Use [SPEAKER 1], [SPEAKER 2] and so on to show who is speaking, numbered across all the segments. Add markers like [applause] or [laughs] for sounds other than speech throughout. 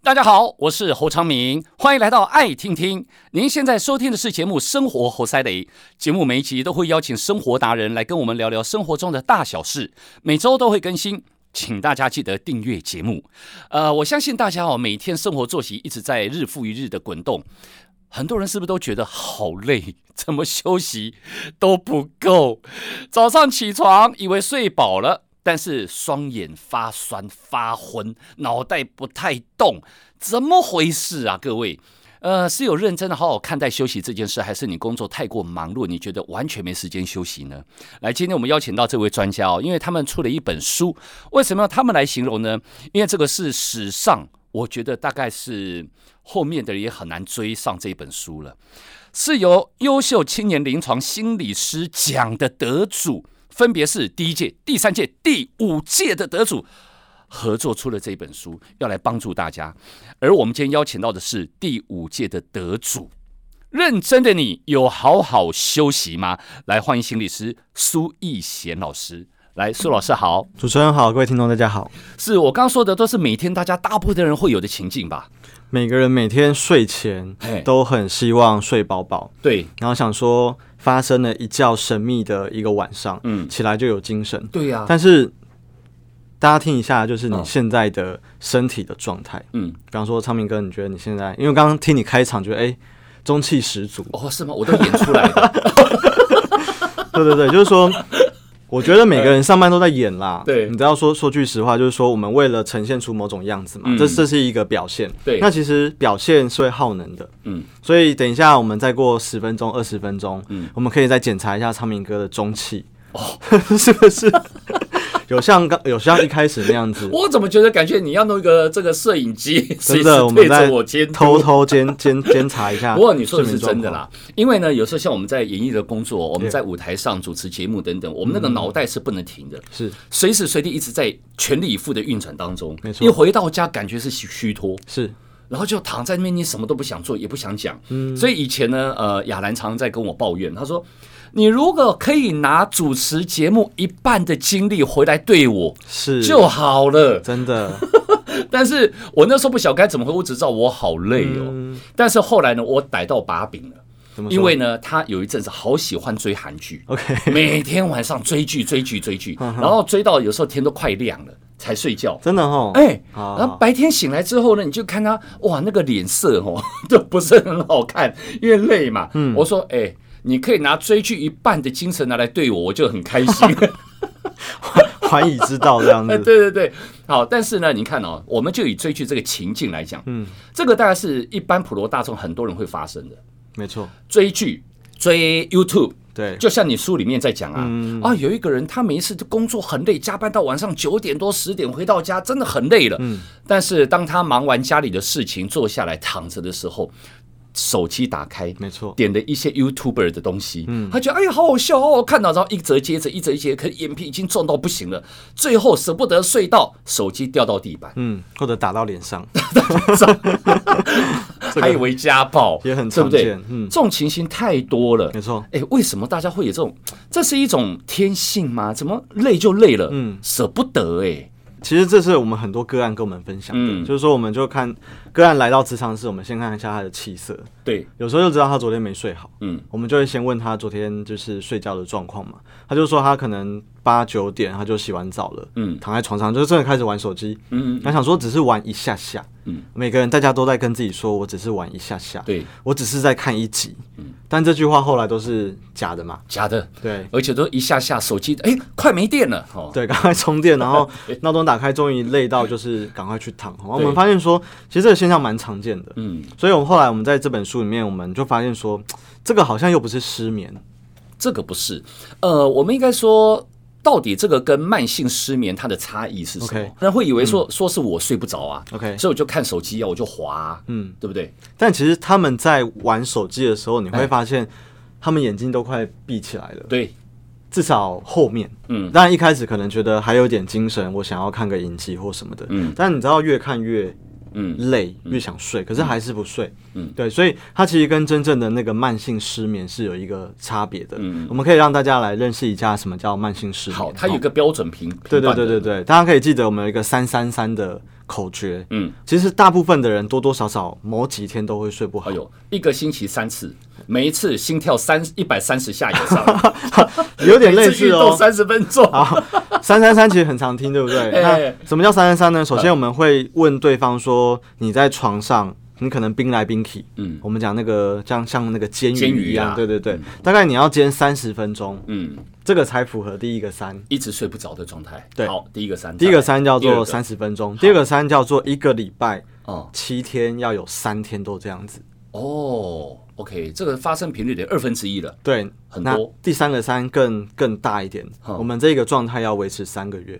[SPEAKER 1] 大家好，我是侯昌明，欢迎来到爱听听。您现在收听的是节目《生活侯塞雷》，节目每一集都会邀请生活达人来跟我们聊聊生活中的大小事，每周都会更新。请大家记得订阅节目。呃，我相信大家哦，每天生活作息一直在日复一日的滚动，很多人是不是都觉得好累？怎么休息都不够？早上起床以为睡饱了，但是双眼发酸、发昏，脑袋不太动，怎么回事啊？各位，呃，是有认真的好好看待休息这件事，还是你工作太过忙碌，你觉得完全没时间休息呢？来，今天我们邀请到这位专家哦，因为他们出了一本书，为什么要他们来形容呢？因为这个是史上，我觉得大概是后面的人也很难追上这本书了。是由优秀青年临床心理师奖的得主，分别是第一届、第三届、第五届的得主，合作出了这本书，要来帮助大家。而我们今天邀请到的是第五届的得主。认真的你有好好休息吗？来，欢迎心理师苏逸贤老师。来，苏老师好，
[SPEAKER 2] 主持人好，各位听众大家好。
[SPEAKER 1] 是我刚刚说的都是每天大家大部分的人会有的情境吧？
[SPEAKER 2] 每个人每天睡前
[SPEAKER 1] 嘿
[SPEAKER 2] 都很希望睡饱饱，
[SPEAKER 1] 对，
[SPEAKER 2] 然后想说发生了一觉神秘的一个晚上，
[SPEAKER 1] 嗯，
[SPEAKER 2] 起来就有精神。
[SPEAKER 1] 对呀、
[SPEAKER 2] 但是大家听一下，就是你
[SPEAKER 1] 嗯
[SPEAKER 2] 现在的身体的状态，
[SPEAKER 1] 嗯，，
[SPEAKER 2] 比方说昌明哥，你觉得你现在，因为刚刚听你开场，觉得哎、中气十足
[SPEAKER 1] 哦，是吗？我都演出来了，
[SPEAKER 2] [laughs] 对对对，就是说。我觉得每个人上班都在演啦，
[SPEAKER 1] [laughs] 对
[SPEAKER 2] 你知道说说句实话，就是说我们为了呈现出某种样子嘛，
[SPEAKER 1] 嗯
[SPEAKER 2] 这这是一个表现，
[SPEAKER 1] 对
[SPEAKER 2] 那其实表现是会耗能的，
[SPEAKER 1] 嗯，
[SPEAKER 2] 所以等一下我们再过十分钟、二十分钟，
[SPEAKER 1] 嗯
[SPEAKER 2] 我们可以再检查一下昌明哥的中气，哦， [laughs] 是不是有像刚有像一开始
[SPEAKER 1] [laughs]
[SPEAKER 2] 那样子？
[SPEAKER 1] 我怎么觉得感觉你要弄一个这个摄影机，随时
[SPEAKER 2] 真的，我
[SPEAKER 1] 对
[SPEAKER 2] 们再
[SPEAKER 1] 着我监督
[SPEAKER 2] 偷。啊偷监监监察一下。
[SPEAKER 1] [laughs] 不过你说的是真的啦，因为呢，有时候像我们在演艺的工作，我们在舞台上主持节目等等，我们那
[SPEAKER 2] 嗯
[SPEAKER 1] 个脑袋是不能停的，
[SPEAKER 2] 市民状况，是
[SPEAKER 1] 随时随地一直在全力以赴的运转当中。
[SPEAKER 2] 没错
[SPEAKER 1] 一回到家感觉是虚虚脱，
[SPEAKER 2] 是，
[SPEAKER 1] 然后就躺在那边，你什么都不想做，也不想讲。
[SPEAKER 2] 嗯
[SPEAKER 1] 所以以前呢，呃，亚兰常常在跟我抱怨，她说：“你如果可以拿主持节目一半的精力回来对我
[SPEAKER 2] 是
[SPEAKER 1] 就好了。”
[SPEAKER 2] 真的，
[SPEAKER 1] 但是我那时候不晓得该怎么回，我只知道我好累哦。但是后来呢，我逮到把柄了，
[SPEAKER 2] 嗯怎么说
[SPEAKER 1] 因为呢，他有一阵子好喜欢追韩剧
[SPEAKER 2] OK 嗯
[SPEAKER 1] 每天晚上追剧、追剧、追剧，然后追到有时候天都快亮了才睡觉。
[SPEAKER 2] 真的哦， [laughs]
[SPEAKER 1] 哎，
[SPEAKER 2] 好
[SPEAKER 1] 然后白天醒来之后呢，你就看他哇，那个脸色哦 [laughs] 都不是很好看，因为累嘛。
[SPEAKER 2] 嗯
[SPEAKER 1] 我说哎，你可以拿追剧一半的精神拿来对我，我就很开心。
[SPEAKER 2] 还以之道这样
[SPEAKER 1] 哎，
[SPEAKER 2] 子，
[SPEAKER 1] 对对对，好，但是呢，你看哦，我们就以追剧这个情境来讲，嗯，这个大概是一般普罗大众很多人会发生的
[SPEAKER 2] 没错，
[SPEAKER 1] 追剧、追 YouTube。
[SPEAKER 2] 对，
[SPEAKER 1] 就像你书里面在讲啊，啊，有一个人他每一次都工作很累，加班到晚上九点多十点回到家，真的很累了。但是当他忙完家里的事情，坐下来躺着的时候，手机打开，
[SPEAKER 2] 没错，
[SPEAKER 1] 点了一些 YouTuber 的东西，他觉得哎呀好好笑，好好看到，然后一折接着一折接着，可是眼皮已经重到不行了，最后舍不得睡到手机掉到地板，
[SPEAKER 2] 嗯，或者打到脸上，
[SPEAKER 1] [laughs] 还以为家暴
[SPEAKER 2] 也
[SPEAKER 1] [laughs]
[SPEAKER 2] 很
[SPEAKER 1] 对不
[SPEAKER 2] 常
[SPEAKER 1] 对
[SPEAKER 2] 见？嗯
[SPEAKER 1] 这种情形太多了。
[SPEAKER 2] 没错，
[SPEAKER 1] 哎，为什么大家会有这种？这是一种天性吗？怎么累就累了，嗯，舍不得哎、
[SPEAKER 2] 其实这是我们很多个案跟我们分享的，
[SPEAKER 1] 嗯
[SPEAKER 2] 就是说我们就看个案来到职场室，我们先看一下他的气色，
[SPEAKER 1] 对，
[SPEAKER 2] 有时候就知道他昨天没睡好，
[SPEAKER 1] 嗯，
[SPEAKER 2] 我们就会先问他昨天就是睡觉的状况嘛，他就说他可能八九点他就洗完澡了，
[SPEAKER 1] 嗯
[SPEAKER 2] 躺在床上就真的开始玩手机，
[SPEAKER 1] 嗯，
[SPEAKER 2] 他想说只是玩一下下，
[SPEAKER 1] 嗯，
[SPEAKER 2] 每个人大家都在跟自己说我只是玩一下下，
[SPEAKER 1] 对，嗯
[SPEAKER 2] 我只是在看一集，但这句话后来都是假的嘛，
[SPEAKER 1] 假的，
[SPEAKER 2] 对。
[SPEAKER 1] 而且都一下下手机，哎，快没电了，哦，
[SPEAKER 2] 对，赶快充电，
[SPEAKER 1] [laughs]
[SPEAKER 2] 然后闹钟打开，终于累到就是赶快去躺。我
[SPEAKER 1] 对
[SPEAKER 2] 们发现说，其实这个现象蛮常见的，
[SPEAKER 1] 嗯，
[SPEAKER 2] 所以我们后来我们在这本书里面，我们就发现说，这个好像又不是失眠，
[SPEAKER 1] 这个不是，呃，我们应该说，到底这个跟慢性失眠它的差异是什么
[SPEAKER 2] OK 嗯
[SPEAKER 1] 那会以为说、说是我睡不着啊
[SPEAKER 2] OK
[SPEAKER 1] 所以我就看手机啊，我就滑、啊，
[SPEAKER 2] 嗯，
[SPEAKER 1] 对不对？
[SPEAKER 2] 但其实他们在玩手机的时候，你会
[SPEAKER 1] 哎
[SPEAKER 2] 发现他们眼睛都快闭起来了，
[SPEAKER 1] 对，
[SPEAKER 2] 至少后面。
[SPEAKER 1] 嗯
[SPEAKER 2] 当然一开始可能觉得还有点精神，我想要看个影集或什么的。
[SPEAKER 1] 嗯
[SPEAKER 2] 但你知道越看越
[SPEAKER 1] 嗯，
[SPEAKER 2] 累，越想睡，可是还是不睡。
[SPEAKER 1] 嗯
[SPEAKER 2] 对，所以它其实跟真正的那个慢性失眠是有一个差别的。
[SPEAKER 1] 嗯
[SPEAKER 2] 我们可以让大家来认识一下什么叫慢性失眠。
[SPEAKER 1] 好，它有一个标准评，
[SPEAKER 2] 对
[SPEAKER 1] 评
[SPEAKER 2] 对
[SPEAKER 1] 判的
[SPEAKER 2] 对对对，大家可以记得我们有一个三三三的口诀，
[SPEAKER 1] 嗯，
[SPEAKER 2] 其实大部分的人多多少少某几天都会睡不好
[SPEAKER 1] 哎，呦，一个星期三次，每一次心跳三一百三十下以
[SPEAKER 2] [laughs]
[SPEAKER 1] 上，
[SPEAKER 2] 有点类
[SPEAKER 1] 每次
[SPEAKER 2] 似
[SPEAKER 1] 运动
[SPEAKER 2] 哦。
[SPEAKER 1] 三十分钟。
[SPEAKER 2] 三三三其实很常听，对
[SPEAKER 1] [laughs]
[SPEAKER 2] 不对？
[SPEAKER 1] 哎
[SPEAKER 2] 那什么叫三三三呢？首先我们会问对方说，你在床上，你可能冰来冰去，
[SPEAKER 1] 嗯
[SPEAKER 2] 我们讲那个像像那个煎
[SPEAKER 1] 煎
[SPEAKER 2] 鱼
[SPEAKER 1] 鱼
[SPEAKER 2] 一样，
[SPEAKER 1] 啊
[SPEAKER 2] 对对对，大概你要煎三十分钟，
[SPEAKER 1] 嗯，
[SPEAKER 2] 这个才符合第一个三。
[SPEAKER 1] 一直睡不着的状态。
[SPEAKER 2] 对
[SPEAKER 1] 好，第一个三，
[SPEAKER 2] 第一个三叫
[SPEAKER 1] 嗯第二
[SPEAKER 2] 做
[SPEAKER 1] 个
[SPEAKER 2] 三十分钟，第二个三叫做一个礼拜
[SPEAKER 1] 哦
[SPEAKER 2] 七天要有三天都这样子。
[SPEAKER 1] 哦，OK，这个发生频率得二分之一了。
[SPEAKER 2] 对，
[SPEAKER 1] 很
[SPEAKER 2] 那
[SPEAKER 1] 多
[SPEAKER 2] 第三个三更更大一点，
[SPEAKER 1] 嗯
[SPEAKER 2] 我们这个状态要维持三个月，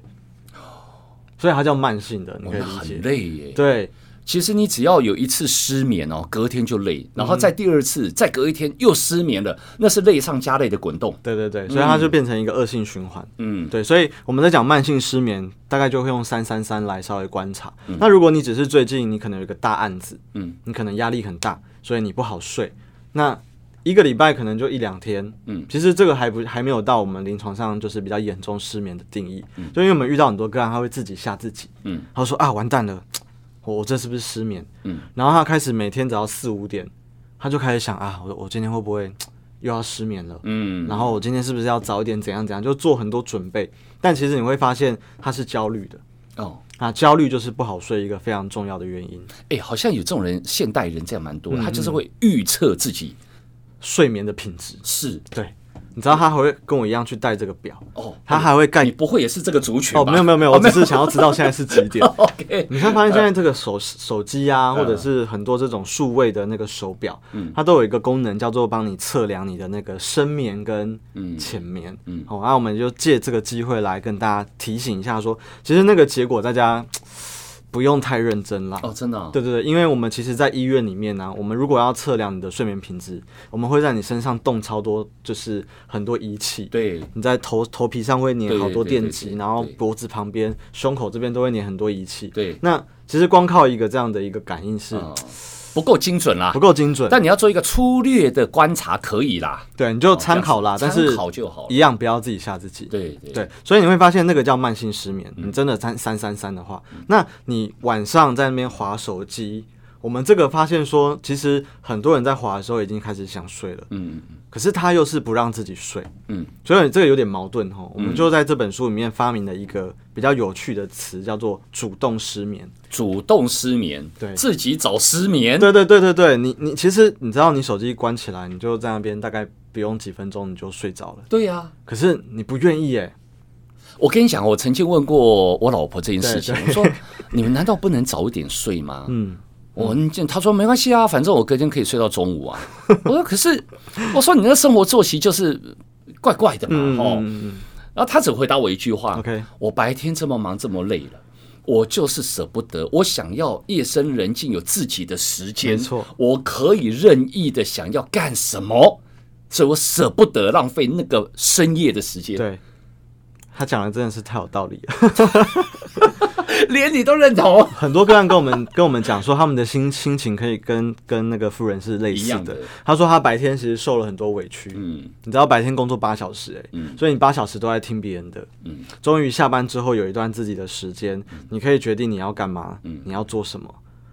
[SPEAKER 2] 所以它叫慢性的，你
[SPEAKER 1] 哦
[SPEAKER 2] 可以
[SPEAKER 1] 那
[SPEAKER 2] 理解
[SPEAKER 1] 很。累耶。
[SPEAKER 2] 对，
[SPEAKER 1] 其实你只要有一次失眠哦，隔天就累，然后
[SPEAKER 2] 嗯
[SPEAKER 1] 再第二次，再隔一天又失眠了，那是累上加累的滚动。
[SPEAKER 2] 对对对，所以它就变成一个恶性循环。
[SPEAKER 1] 嗯，
[SPEAKER 2] 对，所以我们在讲慢性失眠，大概就会用三三三来稍微观察。那如果你只是最近你可能有一个大案子，
[SPEAKER 1] 嗯，
[SPEAKER 2] 你可能压力很大，所以你不好睡，那一个礼拜可能就一两天，
[SPEAKER 1] 嗯，
[SPEAKER 2] 其实这个还不还没有到我们临床上就是比较严重失眠的定义，就因为我们遇到很多个案，他会自己吓自己，
[SPEAKER 1] 嗯，
[SPEAKER 2] 他说啊完蛋了，我我这是不是失眠？
[SPEAKER 1] 嗯，
[SPEAKER 2] 然后他开始每天只要四五点，他就开始想啊，我我今天会不会又要失眠了？
[SPEAKER 1] 嗯，
[SPEAKER 2] 然后我今天是不是要早一点怎样怎样，就做很多准备。但其实你会发现他是焦虑的
[SPEAKER 1] 哦，
[SPEAKER 2] 啊，焦虑就是不好睡一个非常重要的原因，
[SPEAKER 1] 哎，好像有这种人，现代人这样蛮多
[SPEAKER 2] 嗯
[SPEAKER 1] 的，他就是会预测自己
[SPEAKER 2] 睡眠的品质。
[SPEAKER 1] 是
[SPEAKER 2] 对，你知道他还会跟我一样去戴这个表，
[SPEAKER 1] 哦，
[SPEAKER 2] 他还会盖
[SPEAKER 1] 你。不会也是这个族群
[SPEAKER 2] 哎哦，
[SPEAKER 1] 吧
[SPEAKER 2] 没有没有没有，我只是想要知道现在是几点。
[SPEAKER 1] [laughs] ，OK，
[SPEAKER 2] 你看，发现现在这个手手机
[SPEAKER 1] 嗯
[SPEAKER 2] 啊，或者是很多这种数位的那个手表，它都有一个功能叫做帮你测量你的那个深眠跟浅眠。嗯，好、那、我们就借这个机会来跟大家提醒一下说其实那个结果大家不用太认真啦。
[SPEAKER 1] 哦，真的啊，
[SPEAKER 2] 对对对，因为我们其实，在医院里面呢、我们如果要测量你的睡眠品质，我们会在你身上动超多，就是很多仪器。
[SPEAKER 1] 对，
[SPEAKER 2] 你在头头皮上会粘好多
[SPEAKER 1] 对对对
[SPEAKER 2] 电
[SPEAKER 1] 对
[SPEAKER 2] 极，
[SPEAKER 1] 对
[SPEAKER 2] 然后
[SPEAKER 1] 对
[SPEAKER 2] 脖子旁边、胸口这边都会粘很多仪器。
[SPEAKER 1] 对
[SPEAKER 2] 那其实光靠一个这样的一个感应是
[SPEAKER 1] 啊不够精准啦
[SPEAKER 2] 不。够精准，
[SPEAKER 1] 但你要做一个粗略的观察，可以啦，
[SPEAKER 2] 对，你就参考啦，
[SPEAKER 1] 哦这样
[SPEAKER 2] 但
[SPEAKER 1] 子参
[SPEAKER 2] 是
[SPEAKER 1] 考就好了。
[SPEAKER 2] 一样不要自己吓自己。
[SPEAKER 1] 对嗯对，
[SPEAKER 2] 对，所以你会发现那个叫慢性失眠。你真的三三三三的话，那你晚上在那边划手机，我们这个发现说，其实很多人在划的时候已经开始想睡了，
[SPEAKER 1] 嗯
[SPEAKER 2] 可是他又是不让自己睡，
[SPEAKER 1] 嗯，
[SPEAKER 2] 所以这个有点矛盾哈。我们就在这本书里面发明了一个比较有趣的词，叫做主动失眠。
[SPEAKER 1] 主动失眠，
[SPEAKER 2] 对
[SPEAKER 1] 自己找失眠，
[SPEAKER 2] 对对对对对，你你其实你知道，你手机关起来，你就在那边大概不用几分钟你就睡着了，
[SPEAKER 1] 对呀、
[SPEAKER 2] 可是你不愿意哎，
[SPEAKER 1] 我跟你讲，我曾经问过我老婆这件事情，
[SPEAKER 2] 对
[SPEAKER 1] 我说：“你们难道不能早一点睡吗？”
[SPEAKER 2] 嗯，
[SPEAKER 1] 我很简她说：“没关系啊，反正我隔天可以睡到中午啊。”我说：“可是，我说你那生活作息就是怪怪的嘛，
[SPEAKER 2] 嗯
[SPEAKER 1] 哦。
[SPEAKER 2] 嗯嗯
[SPEAKER 1] 然后她只回答我一句话
[SPEAKER 2] OK
[SPEAKER 1] 我白天这么忙这么累了。”我就是舍不得，我想要夜深人静有自己的时间，
[SPEAKER 2] 没错，
[SPEAKER 1] 我可以任意的想要干什么，所以我舍不得浪费那个深夜的时间。
[SPEAKER 2] 对，他讲的真的是太有道理了。
[SPEAKER 1] [laughs] 连你都认同，
[SPEAKER 2] 很多个案跟我们跟我们讲说，他们的心心情可以跟跟那个富人是类似
[SPEAKER 1] 一样
[SPEAKER 2] 的
[SPEAKER 1] 的。
[SPEAKER 2] 他说他白天其实受了很多委屈，
[SPEAKER 1] 嗯
[SPEAKER 2] 你知道白天工作八小时、欸，
[SPEAKER 1] 嗯
[SPEAKER 2] 所以你八小时都在听别人的，
[SPEAKER 1] 嗯
[SPEAKER 2] 终于下班之后有一段自己的时间，你可以决定你要干嘛，
[SPEAKER 1] 嗯
[SPEAKER 2] 你要做什么。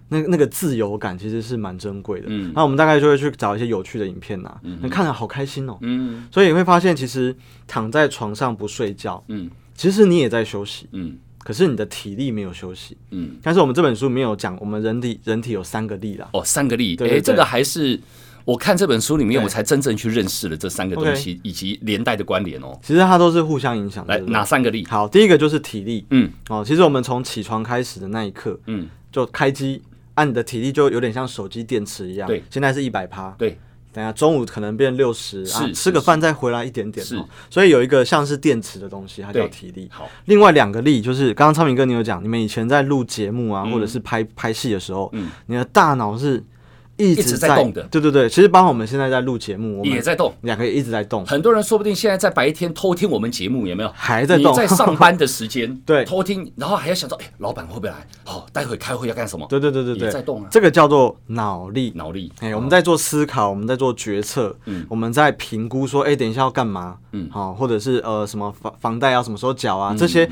[SPEAKER 2] 那那个自由感其实是蛮珍贵的，
[SPEAKER 1] 嗯
[SPEAKER 2] 那我们大概就会去找一些有趣的影片呐、你看了好开心哦。
[SPEAKER 1] 嗯
[SPEAKER 2] 所以你会发现，其实躺在床上不睡觉，
[SPEAKER 1] 嗯
[SPEAKER 2] 其实你也在休息，
[SPEAKER 1] 嗯
[SPEAKER 2] 可是你的体力没有休息。
[SPEAKER 1] 嗯，
[SPEAKER 2] 但是我们这本书没有讲，我们人体人体有三个力啦。
[SPEAKER 1] 哦，三个力，
[SPEAKER 2] 对对
[SPEAKER 1] 诶，
[SPEAKER 2] 对
[SPEAKER 1] 这个还是我看这本书里面，
[SPEAKER 2] 对
[SPEAKER 1] 我才真正去认识了这三个东西以及连带的关联哦。
[SPEAKER 2] 其实它都是互相影响的。
[SPEAKER 1] 来，
[SPEAKER 2] 对不对
[SPEAKER 1] 哪三个力？
[SPEAKER 2] 好，第一个就是体力
[SPEAKER 1] 嗯
[SPEAKER 2] 哦。其实我们从起床开始的那一刻
[SPEAKER 1] 嗯，
[SPEAKER 2] 就开机，按、你的体力就有点像手机电池一样。
[SPEAKER 1] 对，
[SPEAKER 2] 现在是一百趴。
[SPEAKER 1] 对，
[SPEAKER 2] 等一下中午可能变六十，啊
[SPEAKER 1] 是，
[SPEAKER 2] 吃个
[SPEAKER 1] 是
[SPEAKER 2] 饭再回来一点点。
[SPEAKER 1] 是
[SPEAKER 2] 哦，所以有一个像是电池的东西，它叫
[SPEAKER 1] 对
[SPEAKER 2] 体力。
[SPEAKER 1] 好，
[SPEAKER 2] 另外两个力就是刚刚昌明哥你有讲，你们以前在录节目啊，或者是拍拍戏的时候，
[SPEAKER 1] 嗯
[SPEAKER 2] 你的大脑是一
[SPEAKER 1] 直
[SPEAKER 2] 直
[SPEAKER 1] 在动的
[SPEAKER 2] 对对对，其实包括我们现在在录节目，我
[SPEAKER 1] 也
[SPEAKER 2] 们
[SPEAKER 1] 在动。
[SPEAKER 2] 两个也一直在动，
[SPEAKER 1] 很多人说不定现在在白天偷听我们节目，有没有？
[SPEAKER 2] 还在
[SPEAKER 1] 你
[SPEAKER 2] 动。
[SPEAKER 1] 在上班的时间
[SPEAKER 2] [laughs] 对
[SPEAKER 1] 偷听，然后还要想到，哎，老板会不会来？好，待会开会要干什么？
[SPEAKER 2] [laughs] 对对对对对，
[SPEAKER 1] 也在动啊
[SPEAKER 2] 这个叫做脑力。
[SPEAKER 1] 脑力，
[SPEAKER 2] 哎、我们在做思考，我们在做决策，
[SPEAKER 1] 嗯
[SPEAKER 2] 我们在评估说，哎、等一下要干嘛，
[SPEAKER 1] 嗯
[SPEAKER 2] 啊好、或者是呃什么房房贷要什么时候缴啊，这些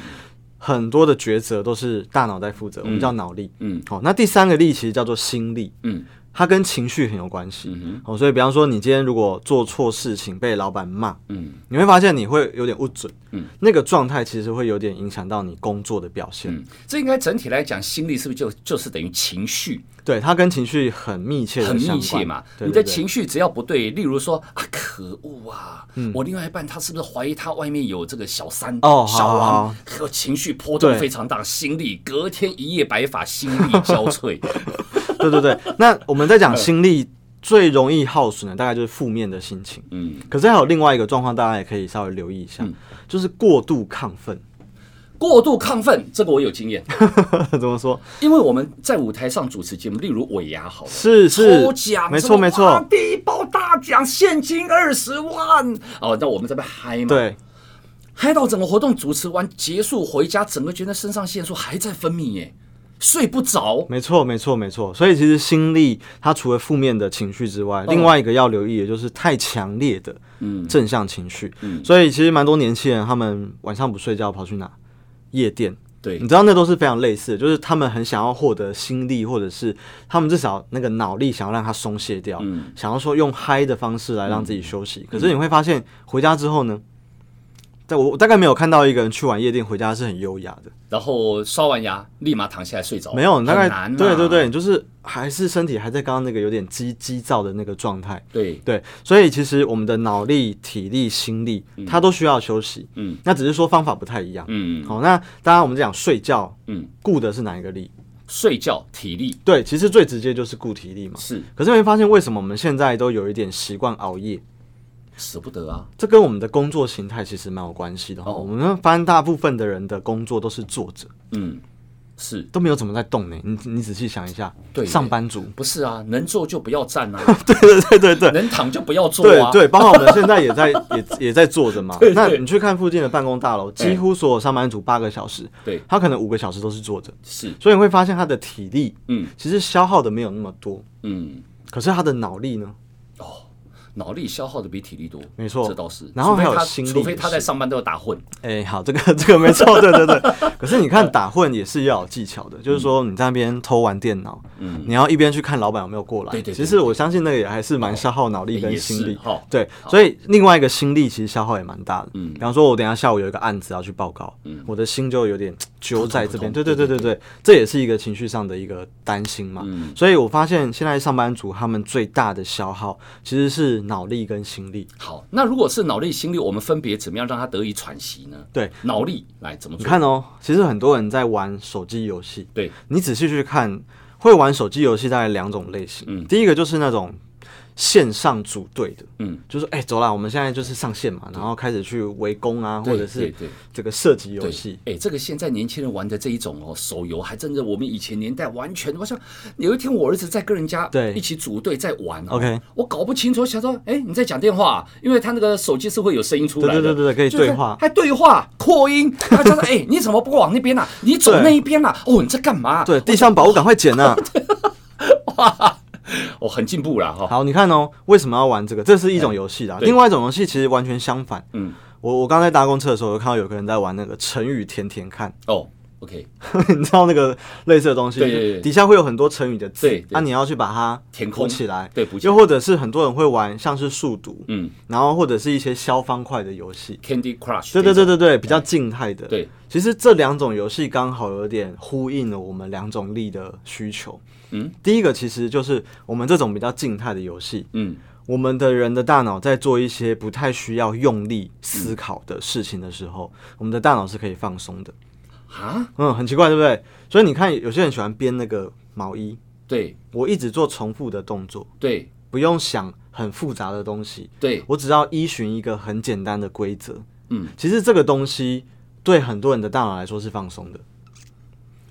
[SPEAKER 2] 很多的抉择都是大脑在负责，我们叫脑力。
[SPEAKER 1] 嗯，
[SPEAKER 2] 好、那第三个力其实叫做心力，
[SPEAKER 1] 嗯，
[SPEAKER 2] 它跟情绪很有关系。哦，所以比方说你今天如果做错事情被老板骂，
[SPEAKER 1] 嗯，
[SPEAKER 2] 你会发现你会有点不准，
[SPEAKER 1] 嗯，
[SPEAKER 2] 那个状态其实会有点影响到你工作的表现。
[SPEAKER 1] 嗯，这应该整体来讲，心力是不是就就是等于情绪
[SPEAKER 2] 对，它跟情绪很密切的
[SPEAKER 1] 很
[SPEAKER 2] 相关，
[SPEAKER 1] 密切嘛？
[SPEAKER 2] 对对
[SPEAKER 1] 你的
[SPEAKER 2] 对
[SPEAKER 1] 情绪只要不对，例如说啊，可恶啊，我另外一半他是不是怀疑他外面有这个小三、
[SPEAKER 2] 嗯哦
[SPEAKER 1] 小
[SPEAKER 2] 好
[SPEAKER 1] 王
[SPEAKER 2] 好，
[SPEAKER 1] 和情绪波动
[SPEAKER 2] 对
[SPEAKER 1] 非常大，心力隔天一夜白发，心力交瘁。 [laughs]
[SPEAKER 2] 对对对。那我们在讲心力最容易耗损的，大概就是负面的心情。
[SPEAKER 1] 嗯，
[SPEAKER 2] 可是还有另外一个状况，大家也可以稍微留意一下，就是过度亢奋。 [laughs]
[SPEAKER 1] 过度亢奋，这个我有经验，
[SPEAKER 2] 怎么说？
[SPEAKER 1] 因为我们在舞台上主持节目，例如尾牙好了。
[SPEAKER 2] 是是
[SPEAKER 1] 抽奖，，
[SPEAKER 2] 没
[SPEAKER 1] 什么
[SPEAKER 2] 错没
[SPEAKER 1] 哇
[SPEAKER 2] 错，
[SPEAKER 1] 第一包大奖，现金二十万。哦，那我们这边嗨嘛，
[SPEAKER 2] 对，
[SPEAKER 1] 嗨到整个活动主持完结束回家，整个觉得肾上腺素还在分泌耶，睡不着。
[SPEAKER 2] 没错没错没错。所以其实心力它除了负面的情绪之外，另外一个要留意的就是太强烈的
[SPEAKER 1] 嗯
[SPEAKER 2] 正向情绪。所以其实蛮多年轻人他们晚上不睡觉跑去哪？夜店。
[SPEAKER 1] 对
[SPEAKER 2] 你知道那都是非常类似的，就是他们很想要获得心力，或者是他们至少那个脑力想要让它松懈掉，
[SPEAKER 1] 嗯
[SPEAKER 2] 想要说用嗨的方式来让自己休息。可是你会发现回家之后呢，在我我大概没有看到一个人去完夜店回家是很优雅的，
[SPEAKER 1] 然后刷完牙立马躺下来睡着，
[SPEAKER 2] 没有，你大概、
[SPEAKER 1] 很难、啊。
[SPEAKER 2] 对对对，你就是还是身体还在刚刚那个有点激激躁的那个状态。
[SPEAKER 1] 对，
[SPEAKER 2] 对，所以其实我们的脑力、体力、心力，它都需要休息。
[SPEAKER 1] 嗯，
[SPEAKER 2] 那只是说方法不太一样。
[SPEAKER 1] 嗯
[SPEAKER 2] 好，那当然我们讲睡觉，
[SPEAKER 1] 嗯，
[SPEAKER 2] 顾的是哪一个力？
[SPEAKER 1] 睡觉体力
[SPEAKER 2] 对，其实最直接就是顾体力嘛。
[SPEAKER 1] 是
[SPEAKER 2] 可是你会发现，为什么我们现在都有一点习惯熬夜？
[SPEAKER 1] 舍不得啊，
[SPEAKER 2] 这跟我们的工作形态其实蛮有关系的哦。
[SPEAKER 1] 哦
[SPEAKER 2] 我们发现大部分的人的工作都是坐着，
[SPEAKER 1] 嗯，是
[SPEAKER 2] 都没有怎么在动呢。你你仔细想一下，
[SPEAKER 1] 对
[SPEAKER 2] 上
[SPEAKER 1] [laughs]
[SPEAKER 2] 班族，
[SPEAKER 1] 不是啊？能坐就不要站啊，
[SPEAKER 2] [laughs] 对对对对对，
[SPEAKER 1] 能躺就不要坐
[SPEAKER 2] 对
[SPEAKER 1] 啊。
[SPEAKER 2] 对，包括我们现在
[SPEAKER 1] [laughs]
[SPEAKER 2] 也在也也在坐着嘛
[SPEAKER 1] 对对。哎
[SPEAKER 2] 那你去看附近的办公大楼，几乎所有上班族八个小时，
[SPEAKER 1] 对
[SPEAKER 2] 他可能五个小时都是坐着，
[SPEAKER 1] 是，
[SPEAKER 2] 所以你会发现他的体力
[SPEAKER 1] 嗯
[SPEAKER 2] 其实消耗的没有那么多，
[SPEAKER 1] 嗯，哦
[SPEAKER 2] 可是他的脑力呢？
[SPEAKER 1] 脑力消耗的比体力多，
[SPEAKER 2] 没错
[SPEAKER 1] 这倒是。
[SPEAKER 2] 然后
[SPEAKER 1] 除非
[SPEAKER 2] 还有
[SPEAKER 1] 他
[SPEAKER 2] 心力
[SPEAKER 1] 除
[SPEAKER 2] 也
[SPEAKER 1] 非他
[SPEAKER 2] 是
[SPEAKER 1] 在上班都要打混，
[SPEAKER 2] 哎，好，这个这个没错，对对对。可是你看打混也是要有技巧的，就是说你在那边偷玩电脑，
[SPEAKER 1] 嗯
[SPEAKER 2] 你要一边去看老板有没有过来。
[SPEAKER 1] 对对对哦
[SPEAKER 2] 其实我相信那个也还是蛮消耗脑力跟
[SPEAKER 1] 也是哦
[SPEAKER 2] 心力。
[SPEAKER 1] 哈
[SPEAKER 2] 对，所以另外一个心力其实消耗也蛮大的。嗯，比方说，我等一下下午有一个案子要去报告，
[SPEAKER 1] 嗯
[SPEAKER 2] 我的心就有点揪在这边。
[SPEAKER 1] 扑通
[SPEAKER 2] 对
[SPEAKER 1] 扑通
[SPEAKER 2] 对对对对，这也是一个情绪上的一个担心嘛。
[SPEAKER 1] 嗯
[SPEAKER 2] 所以我发现现在上班族他们最大的消耗其实是脑力跟心力。
[SPEAKER 1] 好，那如果是脑力、心力，我们分别怎么样让它得以喘息呢？
[SPEAKER 2] 对，
[SPEAKER 1] 脑力来怎么
[SPEAKER 2] 你
[SPEAKER 1] 做？
[SPEAKER 2] 看哦，其实很多人在玩手机游戏，
[SPEAKER 1] 对，
[SPEAKER 2] 你仔细去看，会玩手机游戏大概两种类型。
[SPEAKER 1] 嗯
[SPEAKER 2] 第一个就是那种线上组队的，
[SPEAKER 1] 嗯，
[SPEAKER 2] 就是哎、走啦，我们现在就是上线嘛，然后开始去围攻啊，
[SPEAKER 1] 对
[SPEAKER 2] 或者是
[SPEAKER 1] 对对
[SPEAKER 2] 这个射击游
[SPEAKER 1] 对
[SPEAKER 2] 戏。，
[SPEAKER 1] 哎，这个现在年轻人玩的这一种哦，手游还真的我们以前年代完全，我想有一天我儿子在跟人家
[SPEAKER 2] 对
[SPEAKER 1] 一起组队在玩、哦、
[SPEAKER 2] OK
[SPEAKER 1] 我搞不清楚，我想说，哎，你在讲电话啊、因为他那个手机是会有声音出来的，
[SPEAKER 2] 对对对对对可以
[SPEAKER 1] 就是
[SPEAKER 2] 对话
[SPEAKER 1] 还对话扩音，然后就说，哎，你怎么不往那边啊？你走
[SPEAKER 2] [laughs] 对
[SPEAKER 1] 那一边啦、啊？哦，你在干嘛？
[SPEAKER 2] 对，地上宝物赶快
[SPEAKER 1] [laughs]
[SPEAKER 2] 捡啊！
[SPEAKER 1] 哦，很进步了哈、
[SPEAKER 2] 好，你看哦，为什么要玩这个？这是一种游戏啦。
[SPEAKER 1] 对
[SPEAKER 2] 另外一种游戏其实完全相反。
[SPEAKER 1] 嗯，
[SPEAKER 2] 我我刚才搭公车的时候，有看到有个人在玩那个成语“舔舔看
[SPEAKER 1] 哦，OK，”，
[SPEAKER 2] [laughs] 你知道那个类似的东西，
[SPEAKER 1] 对对对
[SPEAKER 2] 底下会有很多成语的字
[SPEAKER 1] 对，对
[SPEAKER 2] 啊，你要去把它
[SPEAKER 1] 填
[SPEAKER 2] 补
[SPEAKER 1] 空
[SPEAKER 2] 起来。
[SPEAKER 1] 对，不
[SPEAKER 2] 又
[SPEAKER 1] 就
[SPEAKER 2] 或者是很多人会玩像是数独，
[SPEAKER 1] 嗯
[SPEAKER 2] 然后或者是一些消方块的游戏。
[SPEAKER 1] ，Candy Crush，
[SPEAKER 2] 对对
[SPEAKER 1] 这
[SPEAKER 2] 对
[SPEAKER 1] 种
[SPEAKER 2] 对对，比较静态的。
[SPEAKER 1] 对，
[SPEAKER 2] 其实这两种游戏刚好有点呼应了我们两种力的需求。
[SPEAKER 1] 嗯，
[SPEAKER 2] 第一个其实就是我们这种比较静态的游戏，
[SPEAKER 1] 嗯。
[SPEAKER 2] 我们的人的大脑在做一些不太需要用力思考的事情的时候，我们的大脑是可以放松的。
[SPEAKER 1] 啊，
[SPEAKER 2] 嗯，很奇怪，对不对？所以你看，有些人喜欢编那个毛衣，
[SPEAKER 1] 对
[SPEAKER 2] 我一直做重复的动作，
[SPEAKER 1] 对
[SPEAKER 2] 不用想很复杂的东西，
[SPEAKER 1] 对，
[SPEAKER 2] 我只要依循一个很简单的规则。
[SPEAKER 1] 嗯，
[SPEAKER 2] 其实这个东西对很多人的大脑来说是放松的。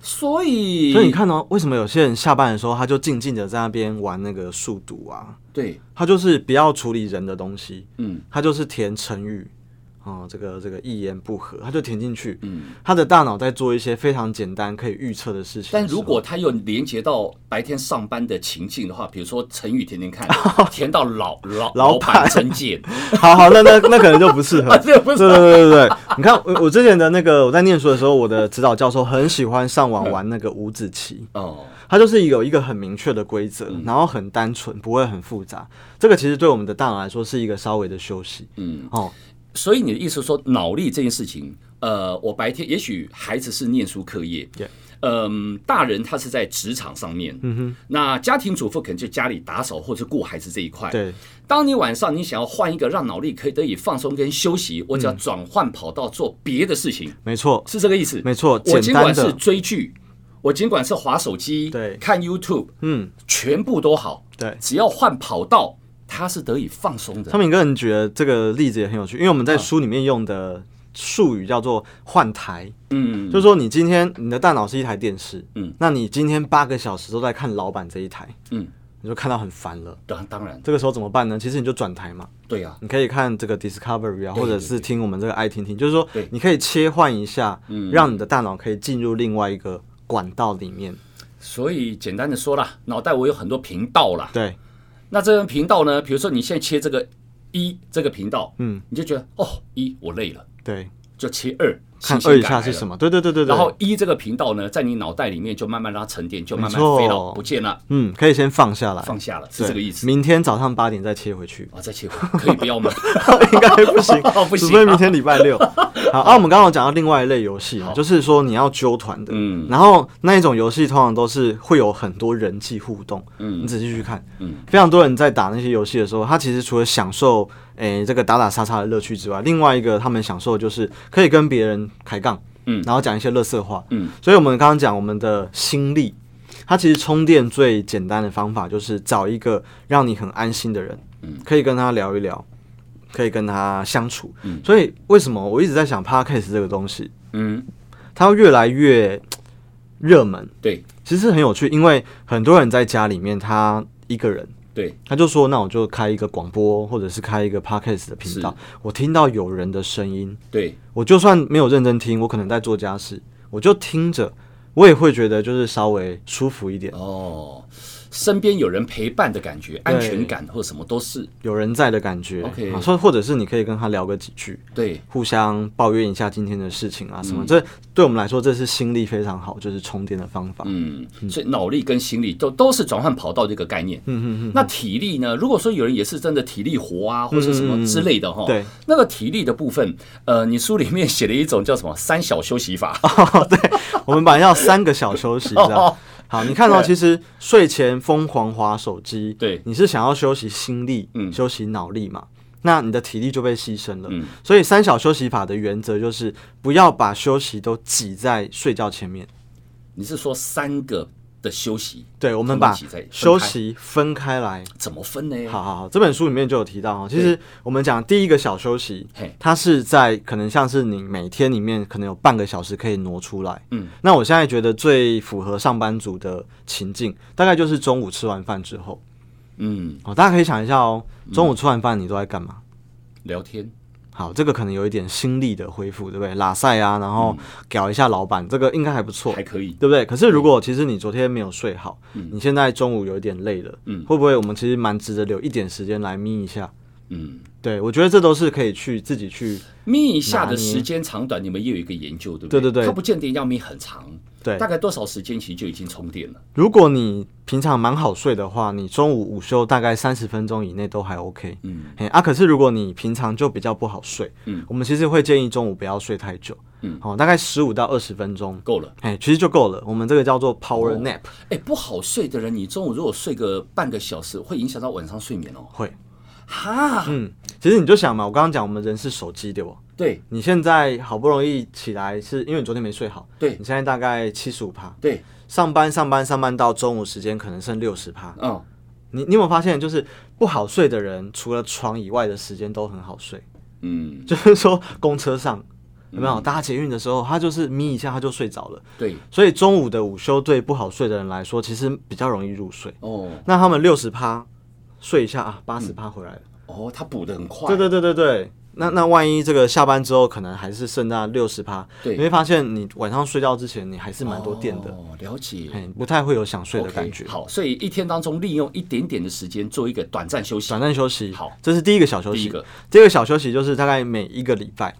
[SPEAKER 1] 所以
[SPEAKER 2] 所以你看哦，为什么有些人下班的时候他就静静的在那边玩那个数独啊？
[SPEAKER 1] 对，
[SPEAKER 2] 他就是不要处理人的东西，
[SPEAKER 1] 嗯，
[SPEAKER 2] 他就是填成语。哦，这个这个一言不合他就填进去，嗯，他的大脑在做一些非常简单可以预测的事情的时候。
[SPEAKER 1] 但如果他又连接到白天上班的情境的话，比如说成语填填
[SPEAKER 2] [laughs]
[SPEAKER 1] 看，填到老老
[SPEAKER 2] 老
[SPEAKER 1] 板
[SPEAKER 2] 板
[SPEAKER 1] 真
[SPEAKER 2] [laughs]
[SPEAKER 1] 贱，
[SPEAKER 2] 好好，那那那可能就不适合，
[SPEAKER 1] 这 [laughs] 不是
[SPEAKER 2] 对对对对对，你看我我之前的那个我在念书的时候，我的指导教授很喜欢上网玩那个五子棋，
[SPEAKER 1] 哦，
[SPEAKER 2] 它就是有一个很明确的规则，
[SPEAKER 1] 嗯
[SPEAKER 2] 然后很单纯，不会很复杂。这个其实对我们的大脑来说是一个稍微的休息。
[SPEAKER 1] 嗯，
[SPEAKER 2] 哦，
[SPEAKER 1] 所以你的意思说脑力这件事情，呃，我白天也许孩子是念书课业
[SPEAKER 2] Yeah，
[SPEAKER 1] 嗯，大人他是在职场上面，嗯哼，那家庭主妇可能就家里打扫或者顾孩子这一块，
[SPEAKER 2] 对，
[SPEAKER 1] 当你晚上你想要换一个让脑力可以得以放松跟休息，我只要
[SPEAKER 2] 嗯
[SPEAKER 1] 转换跑道做别的事情，
[SPEAKER 2] 没错，
[SPEAKER 1] 是这个意思。
[SPEAKER 2] 没错
[SPEAKER 1] 我尽管
[SPEAKER 2] 简单
[SPEAKER 1] 是
[SPEAKER 2] 的
[SPEAKER 1] 追剧，我尽管是划手机，
[SPEAKER 2] 对
[SPEAKER 1] 看 YouTube，
[SPEAKER 2] 嗯，
[SPEAKER 1] 全部都好，
[SPEAKER 2] 对。
[SPEAKER 1] 只要换跑道，它是得以放松的
[SPEAKER 2] 昌。明哥，你觉得这个例子也很有趣，因为我
[SPEAKER 1] 嗯
[SPEAKER 2] 们在书里面用的术语叫做换台，
[SPEAKER 1] 嗯，
[SPEAKER 2] 就是说你今天你的大脑是一台电视，
[SPEAKER 1] 嗯，
[SPEAKER 2] 那你今天八个小时都在看老板这一台，
[SPEAKER 1] 嗯，
[SPEAKER 2] 你就看到很烦了。
[SPEAKER 1] 当当然，
[SPEAKER 2] 这个时候怎么办呢？其实你就转台嘛，
[SPEAKER 1] 对啊呀、
[SPEAKER 2] 你可以看这个 Discovery 啊，
[SPEAKER 1] 对
[SPEAKER 2] 或者是听我们这个爱听听，就是说
[SPEAKER 1] 对
[SPEAKER 2] 你可以切换一下
[SPEAKER 1] 嗯，
[SPEAKER 2] 让你的大脑可以进入另外一个管道里面。
[SPEAKER 1] 所以简单的说啦，脑袋我有很多频道啦。
[SPEAKER 2] 对，
[SPEAKER 1] 那这个频道呢，比如说你现在切这个一这个频道，
[SPEAKER 2] 嗯，
[SPEAKER 1] 你就觉得哦一我累了，
[SPEAKER 2] 对，
[SPEAKER 1] 就切二，
[SPEAKER 2] 看
[SPEAKER 1] 新鲜
[SPEAKER 2] 二一
[SPEAKER 1] 感
[SPEAKER 2] 下
[SPEAKER 1] 来
[SPEAKER 2] 是
[SPEAKER 1] 了
[SPEAKER 2] 什么？对对对对对。
[SPEAKER 1] 然后一这个频道呢，在你脑袋里面就慢慢让它沉淀，就慢慢
[SPEAKER 2] 没错
[SPEAKER 1] 飞到不见了，
[SPEAKER 2] 嗯，可以先放下来，
[SPEAKER 1] 放下了，是
[SPEAKER 2] 对
[SPEAKER 1] 这个意思。，
[SPEAKER 2] 明天早上八点再切回去
[SPEAKER 1] 啊，再切回，可以不要吗？ [laughs]
[SPEAKER 2] [laughs] 应该不行，
[SPEAKER 1] 哦不行啊
[SPEAKER 2] 除非明天礼拜六。好，啊，我们刚刚有讲到另外一类游戏嘛，就是说你要揪团的，
[SPEAKER 1] 嗯
[SPEAKER 2] 然后那一种游戏通常都是会有很多人际互动，
[SPEAKER 1] 嗯
[SPEAKER 2] 你仔细去看，
[SPEAKER 1] 嗯
[SPEAKER 2] 非常多人在打那些游戏的时候，他其实除了享受诶、这个打打杀杀的乐趣之外，另外一个他们享受的就是可以跟别人抬杠，
[SPEAKER 1] 嗯
[SPEAKER 2] 然后讲一些乐色话，
[SPEAKER 1] 嗯，
[SPEAKER 2] 所以我们刚刚讲我们的心力，它其实充电最简单的方法就是找一个让你很安心的人，
[SPEAKER 1] 嗯，
[SPEAKER 2] 可以跟他聊一聊。可以跟他相处，所以为什么我一直在想 podcast 这个东西，
[SPEAKER 1] 嗯，
[SPEAKER 2] 它会越来越热门，
[SPEAKER 1] 对
[SPEAKER 2] 其实很有趣，因为很多人在家里面他一个人，
[SPEAKER 1] 对，
[SPEAKER 2] 他就说那我就开一个广播或者是开一个 podcast 的频道，我听到有人的声音，
[SPEAKER 1] 对，
[SPEAKER 2] 我就算没有认真听，我可能在做家事，我就听着，我也会觉得就是稍微舒服一点，
[SPEAKER 1] 哦，身边有人陪伴的感觉，安全感或者什么都是
[SPEAKER 2] 有人在的感觉
[SPEAKER 1] OK
[SPEAKER 2] 啊，说或者是你可以跟他聊个几句。
[SPEAKER 1] 对，
[SPEAKER 2] 互相抱怨一下今天的事情啊，什么？这对我们来说，这是心力非常好，就是充电的方法。
[SPEAKER 1] 嗯，所以脑力跟心力都都是转换跑道这个概念。嗯嗯嗯。那体力呢？如果说有人也是真的体力活啊，或是什么之类的哈，
[SPEAKER 2] 对，
[SPEAKER 1] 那个体力的部分，呃，你书里面写了一种叫什么三小休息法，
[SPEAKER 2] 我们本来要三个小休息，这
[SPEAKER 1] [laughs] 哦
[SPEAKER 2] 样。好，你看到、其实睡前疯狂划手机，
[SPEAKER 1] 对
[SPEAKER 2] 你是想要休息心力，
[SPEAKER 1] 嗯
[SPEAKER 2] 休息脑力嘛？那你的体力就被牺牲了。
[SPEAKER 1] 嗯
[SPEAKER 2] 所以三小休息法的原则就是不要把休息都挤在睡觉前面。
[SPEAKER 1] 你是说三个的休息？
[SPEAKER 2] 对，我们
[SPEAKER 1] 他们
[SPEAKER 2] 把
[SPEAKER 1] 挤在分开
[SPEAKER 2] 休息分开来。
[SPEAKER 1] 怎么分呢？
[SPEAKER 2] 好好好，这本书里面就有提到哦。其实我们讲第一个小休息
[SPEAKER 1] 嘿，
[SPEAKER 2] 它是在可能像是你每天里面可能有半个小时可以挪出来。
[SPEAKER 1] 嗯，
[SPEAKER 2] 那我现在觉得最符合上班族的情境，大概就是中午吃完饭之后。
[SPEAKER 1] 嗯，
[SPEAKER 2] 哦，大家可以想一下哦，中午吃完饭你都在干嘛？
[SPEAKER 1] 聊天，
[SPEAKER 2] 好，这个可能有一点心力的恢复，对不对？拉塞啊，然后搞一下老板，这个应该还不错
[SPEAKER 1] 嗯还。可以。
[SPEAKER 2] 对不对？可是如果其实你昨天没有睡好，你现在中午有一点累了，
[SPEAKER 1] 嗯
[SPEAKER 2] 会不会我们其实蛮值得留一点时间来眯一下？
[SPEAKER 1] 嗯，
[SPEAKER 2] 对，我觉得这都是可以去自己去
[SPEAKER 1] 眯一下的
[SPEAKER 2] 拿捏
[SPEAKER 1] 时间长短，你们也有一个研究，对不对？
[SPEAKER 2] 对对对
[SPEAKER 1] 它不见得一定要眯很长，
[SPEAKER 2] 对
[SPEAKER 1] 大。概多少时间其实就已经充电了。
[SPEAKER 2] 如果你平常蛮好睡的话，你中午午休大概三十分钟以内都还 OK。
[SPEAKER 1] 嗯
[SPEAKER 2] 嘿啊，可是如果你平常就比较不好睡，
[SPEAKER 1] 嗯
[SPEAKER 2] 我们其实会建议中午不要睡太久，
[SPEAKER 1] 嗯，
[SPEAKER 2] 哦，大概十五到二十分钟，
[SPEAKER 1] 够了。
[SPEAKER 2] 哎，其实就够了。我们这个叫做 power
[SPEAKER 1] 哦
[SPEAKER 2] nap，、
[SPEAKER 1] 哎，不好睡的人，你中午如果睡个半个小时，会影响到晚上睡眠哦。
[SPEAKER 2] 会，
[SPEAKER 1] 哈，
[SPEAKER 2] 嗯，其实你就想嘛，我刚刚讲我们人是手机对不？
[SPEAKER 1] 对
[SPEAKER 2] 你现在好不容易起来，是因为你昨天没睡好，
[SPEAKER 1] 对
[SPEAKER 2] 你现在大概七十五趴，
[SPEAKER 1] 对，
[SPEAKER 2] 上班上班上班到中午时间可能剩六十趴，
[SPEAKER 1] 嗯，
[SPEAKER 2] 你你有没有发现，就是不好睡的人，除了床以外的时间都很好睡。 [laughs]
[SPEAKER 1] 嗯，
[SPEAKER 2] 就是说，公车上有没有搭捷运的时候，他就是眯一下他就睡着了。
[SPEAKER 1] 对，
[SPEAKER 2] 所以中午的午休对不好睡的人来说，其实比较容易入睡。
[SPEAKER 1] 哦
[SPEAKER 2] 那他们六十趴睡一下啊，八十趴回来了。
[SPEAKER 1] 嗯哦，他补的很快，
[SPEAKER 2] 对对对对对，那那万一这个下班之后可能还是剩那六十趴，
[SPEAKER 1] 对
[SPEAKER 2] 你会发现你晚上睡觉之前你还是蛮多电的，
[SPEAKER 1] 哦，了解。
[SPEAKER 2] 哎、不太会有想睡的
[SPEAKER 1] OK，
[SPEAKER 2] 感觉。
[SPEAKER 1] 好，所以一天当中利用一点点的时间做一个短暂休息
[SPEAKER 2] 短。暂休息，
[SPEAKER 1] 好，
[SPEAKER 2] 这是第一个小休
[SPEAKER 1] 第一
[SPEAKER 2] 息。
[SPEAKER 1] 个，
[SPEAKER 2] 第二个小休息就是大概每一个礼拜，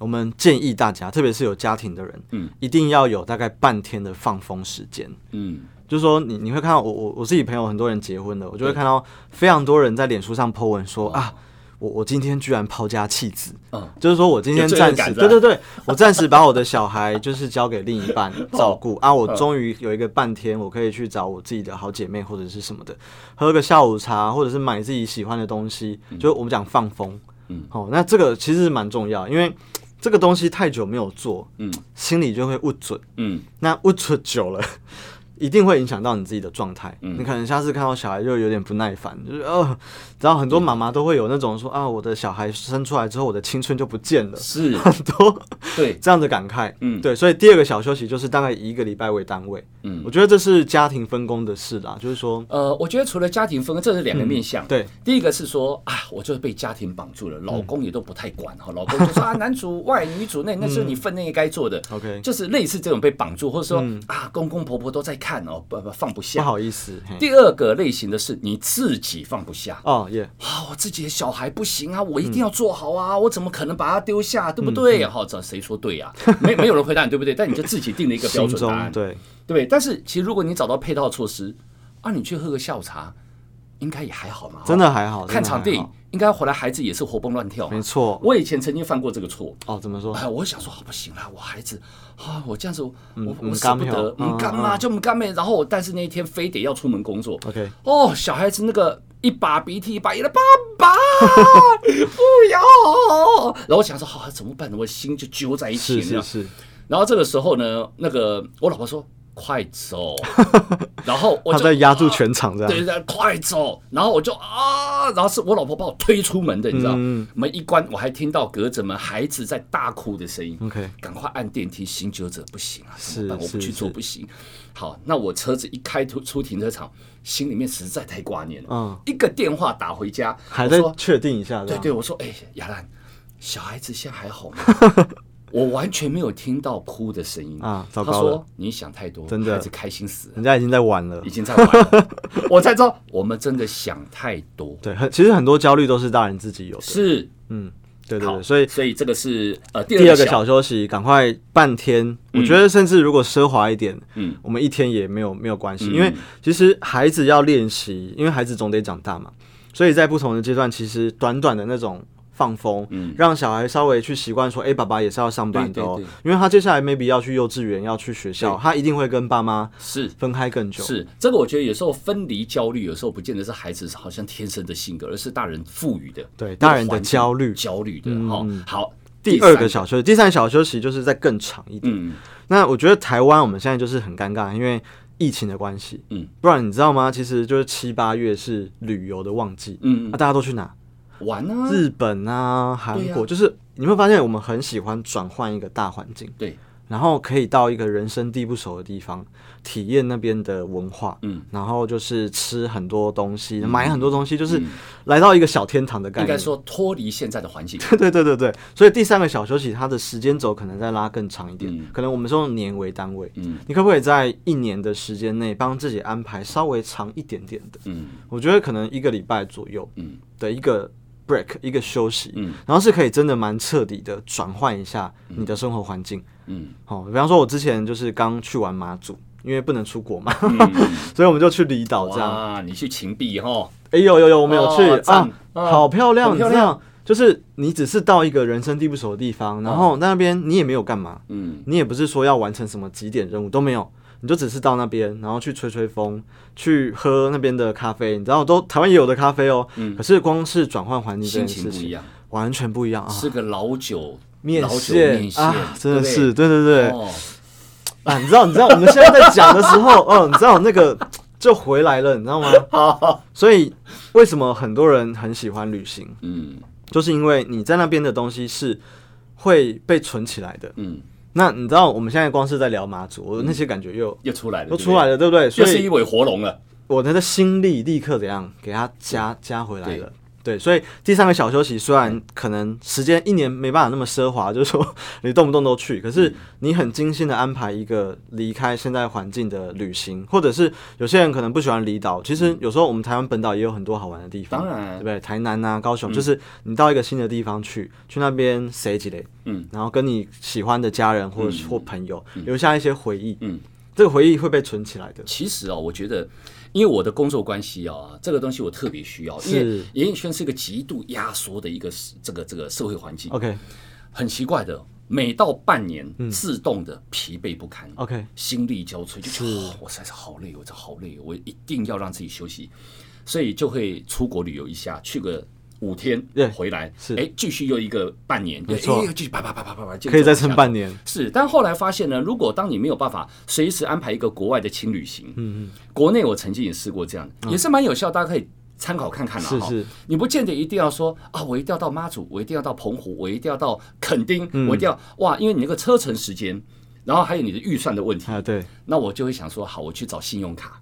[SPEAKER 2] 我们建议大家，特别是有家庭的人，
[SPEAKER 1] 嗯，
[SPEAKER 2] 一定要有大概半天的放风时间。
[SPEAKER 1] 嗯，
[SPEAKER 2] 就是说你，你会看到我我我自己朋友很多人结婚了，我就会看到非常多人在脸
[SPEAKER 1] 哦
[SPEAKER 2] 书上 po 文说啊，我我今天居然抛家弃子，
[SPEAKER 1] 嗯
[SPEAKER 2] 就是说我今天
[SPEAKER 1] 有罪恶
[SPEAKER 2] 暂
[SPEAKER 1] 感
[SPEAKER 2] 时，
[SPEAKER 1] 是吧
[SPEAKER 2] 对对对，我暂时把我的小孩就是交给另一
[SPEAKER 1] [laughs]
[SPEAKER 2] 半
[SPEAKER 1] 哦
[SPEAKER 2] 照顾啊，
[SPEAKER 1] 嗯
[SPEAKER 2] 我终于有一个半天，我可以去找我自己的好姐妹或者是什么的，喝个下午茶，或者是买自己喜欢的东西，就是我们讲放风，
[SPEAKER 1] 嗯，
[SPEAKER 2] 哦，那这个其实蛮重要，因为这个东西太久没有做，
[SPEAKER 1] 嗯，
[SPEAKER 2] 心里就会不准。
[SPEAKER 1] 嗯，
[SPEAKER 2] 那握住久了， [laughs] 一定会影响到你自己的状态。
[SPEAKER 1] 嗯
[SPEAKER 2] 你可能下次看到小孩就有点不耐烦，就是哦，然后很多妈妈都会有那种说、啊，我的小孩生出来之后，我的青春就不见了， [laughs]
[SPEAKER 1] 是，
[SPEAKER 2] 很多
[SPEAKER 1] 对，
[SPEAKER 2] 这样的感慨。
[SPEAKER 1] 嗯
[SPEAKER 2] 对，所以第二个小休息就是大概以一个礼拜为单位。
[SPEAKER 1] 嗯
[SPEAKER 2] 我，觉得这是家庭分工的事啦，就是说，
[SPEAKER 1] 呃，我觉得除了家庭分，这是两
[SPEAKER 2] 嗯
[SPEAKER 1] 个面向。
[SPEAKER 2] 对，
[SPEAKER 1] 第一个是说啊，我就是被家庭绑住了，老公也都不太
[SPEAKER 2] 嗯
[SPEAKER 1] 管哈，老公就说啊，男主外女主内，那是你分内该做的。
[SPEAKER 2] OK
[SPEAKER 1] 就是类似这种被绑住，或者说啊，公公婆婆都在看哦，不不放不
[SPEAKER 2] 不
[SPEAKER 1] 下。
[SPEAKER 2] 嗯好意思，嘿
[SPEAKER 1] 第二个类型的是你自己放不下，
[SPEAKER 2] 哦耶
[SPEAKER 1] 啊，我自己的小孩不行啊，我一
[SPEAKER 2] 嗯
[SPEAKER 1] 定要做好啊，我怎么可能把他丢下，对不对？好、这谁说对呀、啊？ [laughs] 没没有人回答你，对不对？但你就自己定了一个标
[SPEAKER 2] 心
[SPEAKER 1] 准答
[SPEAKER 2] 中
[SPEAKER 1] 案，
[SPEAKER 2] 对，
[SPEAKER 1] 对不对？但是其实如果你找到配套措施，啊，你去喝个下午茶，应该也还好嘛。哈
[SPEAKER 2] 真的还好，
[SPEAKER 1] 看
[SPEAKER 2] 真的
[SPEAKER 1] 场
[SPEAKER 2] 还
[SPEAKER 1] 电
[SPEAKER 2] 好
[SPEAKER 1] 影，，应该回来孩子也是活蹦乱跳嘛
[SPEAKER 2] 没。错。
[SPEAKER 1] 我以前曾经犯过这个错，
[SPEAKER 2] 哦，怎么说？
[SPEAKER 1] 哎，我想说，啊不行啦，我孩子啊，我这样子，我我
[SPEAKER 2] 嗯
[SPEAKER 1] 舍不
[SPEAKER 2] 甘
[SPEAKER 1] 得
[SPEAKER 2] 哦，
[SPEAKER 1] 嗯，干嘛就嗯干妹。然后我，但是那一天非得要出门工作。
[SPEAKER 2] OK
[SPEAKER 1] 哦，小孩子那个一把鼻涕一把眼泪，爸
[SPEAKER 2] [laughs]
[SPEAKER 1] 爸不要。然后我想说，好、怎么办呢？我心就揪在一起
[SPEAKER 2] 是
[SPEAKER 1] 了
[SPEAKER 2] 是。是，
[SPEAKER 1] 然后这个时候呢，那个我老婆说：“快
[SPEAKER 2] [laughs]
[SPEAKER 1] 走。”然后我
[SPEAKER 2] 他
[SPEAKER 1] 就
[SPEAKER 2] 在压住
[SPEAKER 1] 啊
[SPEAKER 2] 全场这样。
[SPEAKER 1] 对对，快走！然后我就啊，然后是我老婆把我推出门的，你知道，
[SPEAKER 2] 嗯
[SPEAKER 1] 门一关，我还听到隔着门孩子在大哭的声音。
[SPEAKER 2] OK
[SPEAKER 1] 赶快按电梯，行久者不行啊，怎么办？
[SPEAKER 2] 是
[SPEAKER 1] 我不去
[SPEAKER 2] 是
[SPEAKER 1] 做
[SPEAKER 2] 是
[SPEAKER 1] 不行。好，那我车子一开出出停车场，心里面实在太挂念了。
[SPEAKER 2] 嗯
[SPEAKER 1] 一个电话打回家，
[SPEAKER 2] 还
[SPEAKER 1] 我
[SPEAKER 2] 在啊
[SPEAKER 1] 说
[SPEAKER 2] 确定一下，
[SPEAKER 1] 对
[SPEAKER 2] 这
[SPEAKER 1] 对，
[SPEAKER 2] 样，
[SPEAKER 1] 我说，哎、亚兰，小孩子现在还
[SPEAKER 2] [laughs]
[SPEAKER 1] 好吗？我完全没有听到哭的声音
[SPEAKER 2] 啊
[SPEAKER 1] 他
[SPEAKER 2] 糟糕
[SPEAKER 1] 说
[SPEAKER 2] 了
[SPEAKER 1] 你想太多，
[SPEAKER 2] 真的
[SPEAKER 1] 孩子开心死了。
[SPEAKER 2] 人家已经在玩了
[SPEAKER 1] 已。经在玩
[SPEAKER 2] [laughs]
[SPEAKER 1] 了，我才知道我们真的想太多。
[SPEAKER 2] 对，很其实很多焦虑都是大人自己有的。
[SPEAKER 1] 是，
[SPEAKER 2] 嗯，对对
[SPEAKER 1] 好，
[SPEAKER 2] 对，所以
[SPEAKER 1] 所以这个是呃第
[SPEAKER 2] 第
[SPEAKER 1] 二
[SPEAKER 2] 二
[SPEAKER 1] 个
[SPEAKER 2] 个
[SPEAKER 1] 小，
[SPEAKER 2] 小休息，赶快半天。我觉得甚至如果奢华一点，
[SPEAKER 1] 嗯
[SPEAKER 2] 我们一天也没有没有关系，
[SPEAKER 1] 嗯
[SPEAKER 2] 因为其实孩子要练习，因为孩子总得长大嘛，所以在不同的阶段，其实短短的那种放风，
[SPEAKER 1] 嗯
[SPEAKER 2] 让小孩稍微去习惯说，哎、爸爸也是要上班的哦，
[SPEAKER 1] 对对
[SPEAKER 2] 因为他接下来 maybe 要去幼稚园，要去学校，
[SPEAKER 1] 对
[SPEAKER 2] 他一定会跟爸妈
[SPEAKER 1] 是
[SPEAKER 2] 分开更久。
[SPEAKER 1] 是这个，我觉得有时候分离焦虑，有时候不见得是孩子好像天生的性格，而是大人赋予的，
[SPEAKER 2] 对大人
[SPEAKER 1] 那个
[SPEAKER 2] 的
[SPEAKER 1] 环境
[SPEAKER 2] 焦虑嗯
[SPEAKER 1] 焦虑的哈。好，
[SPEAKER 2] 第二
[SPEAKER 1] 三
[SPEAKER 2] 个，小休息，第三个小休息就是再更长一点。
[SPEAKER 1] 嗯
[SPEAKER 2] 那我觉得台湾我们现在就是很尴尬，因为疫情的关系，
[SPEAKER 1] 嗯，
[SPEAKER 2] 不然你知道吗？其实就是七八月是旅游的旺季，
[SPEAKER 1] 嗯
[SPEAKER 2] 那、，大家都去哪？
[SPEAKER 1] 玩啊，
[SPEAKER 2] 日本啊，韩
[SPEAKER 1] 对呀
[SPEAKER 2] 国，就是你会发现我们很喜欢转换一个大环境，
[SPEAKER 1] 对，
[SPEAKER 2] 然后可以到一个人生地不熟的地方，体验那边的文化，
[SPEAKER 1] 嗯，
[SPEAKER 2] 然后就是吃很多东西，买很多东西，就是
[SPEAKER 1] 嗯
[SPEAKER 2] 来到一个小天堂的概
[SPEAKER 1] 应
[SPEAKER 2] 念。
[SPEAKER 1] 该说脱离现在的
[SPEAKER 2] [laughs]
[SPEAKER 1] 环境，
[SPEAKER 2] 对对对对对，所以第三个小休息，它的时间轴可能再拉更长一点，
[SPEAKER 1] 嗯
[SPEAKER 2] 可能我们是用年为单位。
[SPEAKER 1] 嗯
[SPEAKER 2] 你可不可以在一年的时间内帮自己安排稍微长一点点的？
[SPEAKER 1] 嗯
[SPEAKER 2] 我觉得可能一个礼拜左右
[SPEAKER 1] 嗯
[SPEAKER 2] 的一个 break，一个休息，
[SPEAKER 1] 嗯
[SPEAKER 2] 然后是可以真的蛮彻底的转换一下你的生活环境。
[SPEAKER 1] 嗯
[SPEAKER 2] 哦，比方说，我之前就是刚去完马祖，因为不能出国嘛，
[SPEAKER 1] 嗯，
[SPEAKER 2] [laughs] 所以我们就去离岛这样。
[SPEAKER 1] 哇，你去秦壁哈，
[SPEAKER 2] 哎、有有有，我们有去、
[SPEAKER 1] 哦赞
[SPEAKER 2] 啊，
[SPEAKER 1] 啊
[SPEAKER 2] 好漂亮！
[SPEAKER 1] 很
[SPEAKER 2] 你
[SPEAKER 1] 漂
[SPEAKER 2] 这
[SPEAKER 1] 亮
[SPEAKER 2] 样就是你只是到一个人生地不熟的地方，然后那边你也没有干嘛，
[SPEAKER 1] 嗯
[SPEAKER 2] 你也不是说要完成什么几点任务都没有，你就只是到那边，然后去吹吹风，去喝那边的咖啡，你知道都台湾也有的咖啡哦。可是光是转换环境这
[SPEAKER 1] 嗯心
[SPEAKER 2] 件
[SPEAKER 1] 情
[SPEAKER 2] 事
[SPEAKER 1] 不一
[SPEAKER 2] 情
[SPEAKER 1] 样。
[SPEAKER 2] 完全不一样啊！
[SPEAKER 1] 吃个老酒，
[SPEAKER 2] 面
[SPEAKER 1] 老酒面线
[SPEAKER 2] 啊，真
[SPEAKER 1] 对
[SPEAKER 2] 的
[SPEAKER 1] 不
[SPEAKER 2] 是，对对
[SPEAKER 1] 对
[SPEAKER 2] 对
[SPEAKER 1] 哦，
[SPEAKER 2] 啊！你知道，你知道我们现在在讲的时
[SPEAKER 1] [laughs]
[SPEAKER 2] 候，嗯，你知道那个就回来了，你知道吗？所以为什么很多人很喜欢旅行，
[SPEAKER 1] 嗯
[SPEAKER 2] 就是因为你在那边的东西是会被存起来的。
[SPEAKER 1] 嗯，
[SPEAKER 2] 那你知道我们现在光是在聊马祖，我那些感觉又
[SPEAKER 1] 又出来了，
[SPEAKER 2] 都出来
[SPEAKER 1] 了，
[SPEAKER 2] 了，对不对？所
[SPEAKER 1] 又是一
[SPEAKER 2] 以
[SPEAKER 1] 尾活龙了。
[SPEAKER 2] 我的心力立刻怎样给它加加回来了。对，所以第三个小休息虽然可能时间一年没办法那么奢华，就是说你动不动都去，可是你很精心的安排一个离开现在环境的旅行，或者是有些人可能不喜欢离岛，其实有时候我们台湾本岛也有很多好玩的地方，
[SPEAKER 1] 当然
[SPEAKER 2] 对不对？台南啊、高
[SPEAKER 1] 嗯
[SPEAKER 2] 雄，就是你到一个新的地方去，去那边塞几雷，
[SPEAKER 1] 嗯，
[SPEAKER 2] 然后跟你喜欢的家人或或朋友留下一些回忆，
[SPEAKER 1] 嗯，
[SPEAKER 2] 这个回忆会被存起来的，
[SPEAKER 1] 其实啊、我觉得，因为我的工作关系啊，这个东西我特别需要，因为
[SPEAKER 2] 是
[SPEAKER 1] 演艺圈是一个极度压缩的一个这个这个社会环境，
[SPEAKER 2] OK
[SPEAKER 1] 很奇怪的，哦每到半年
[SPEAKER 2] 嗯
[SPEAKER 1] 自动的疲惫不堪。
[SPEAKER 2] OK，
[SPEAKER 1] 心力交瘁，就觉得、哦、我实在是好累哦，我这好累哦，我一定要让自己休息，所以就会出国旅游一下，去个五天
[SPEAKER 2] 对，
[SPEAKER 1] 回来
[SPEAKER 2] 是
[SPEAKER 1] 哎，继续又一个半年，对，
[SPEAKER 2] 没错
[SPEAKER 1] 哎又继续啪啪啪啪啪啪，就
[SPEAKER 2] 可以再
[SPEAKER 1] 这样
[SPEAKER 2] 撑半年，
[SPEAKER 1] 是，但后来发现呢，如果当你没有办法随时安排一个国外的轻旅行，嗯嗯，国内我曾经也试过这样的，也是蛮有效，大家可以参考看看啦。
[SPEAKER 2] 是
[SPEAKER 1] 哈
[SPEAKER 2] 是，
[SPEAKER 1] 你不见得一定要说啊，我一定要到妈祖，我一定要到澎湖，我一定要到垦丁，我一定要哇，因为你那个车程时间，然后还有你的预算的问题，
[SPEAKER 2] 啊，对，
[SPEAKER 1] 那我就会想说，好，我去找信用卡。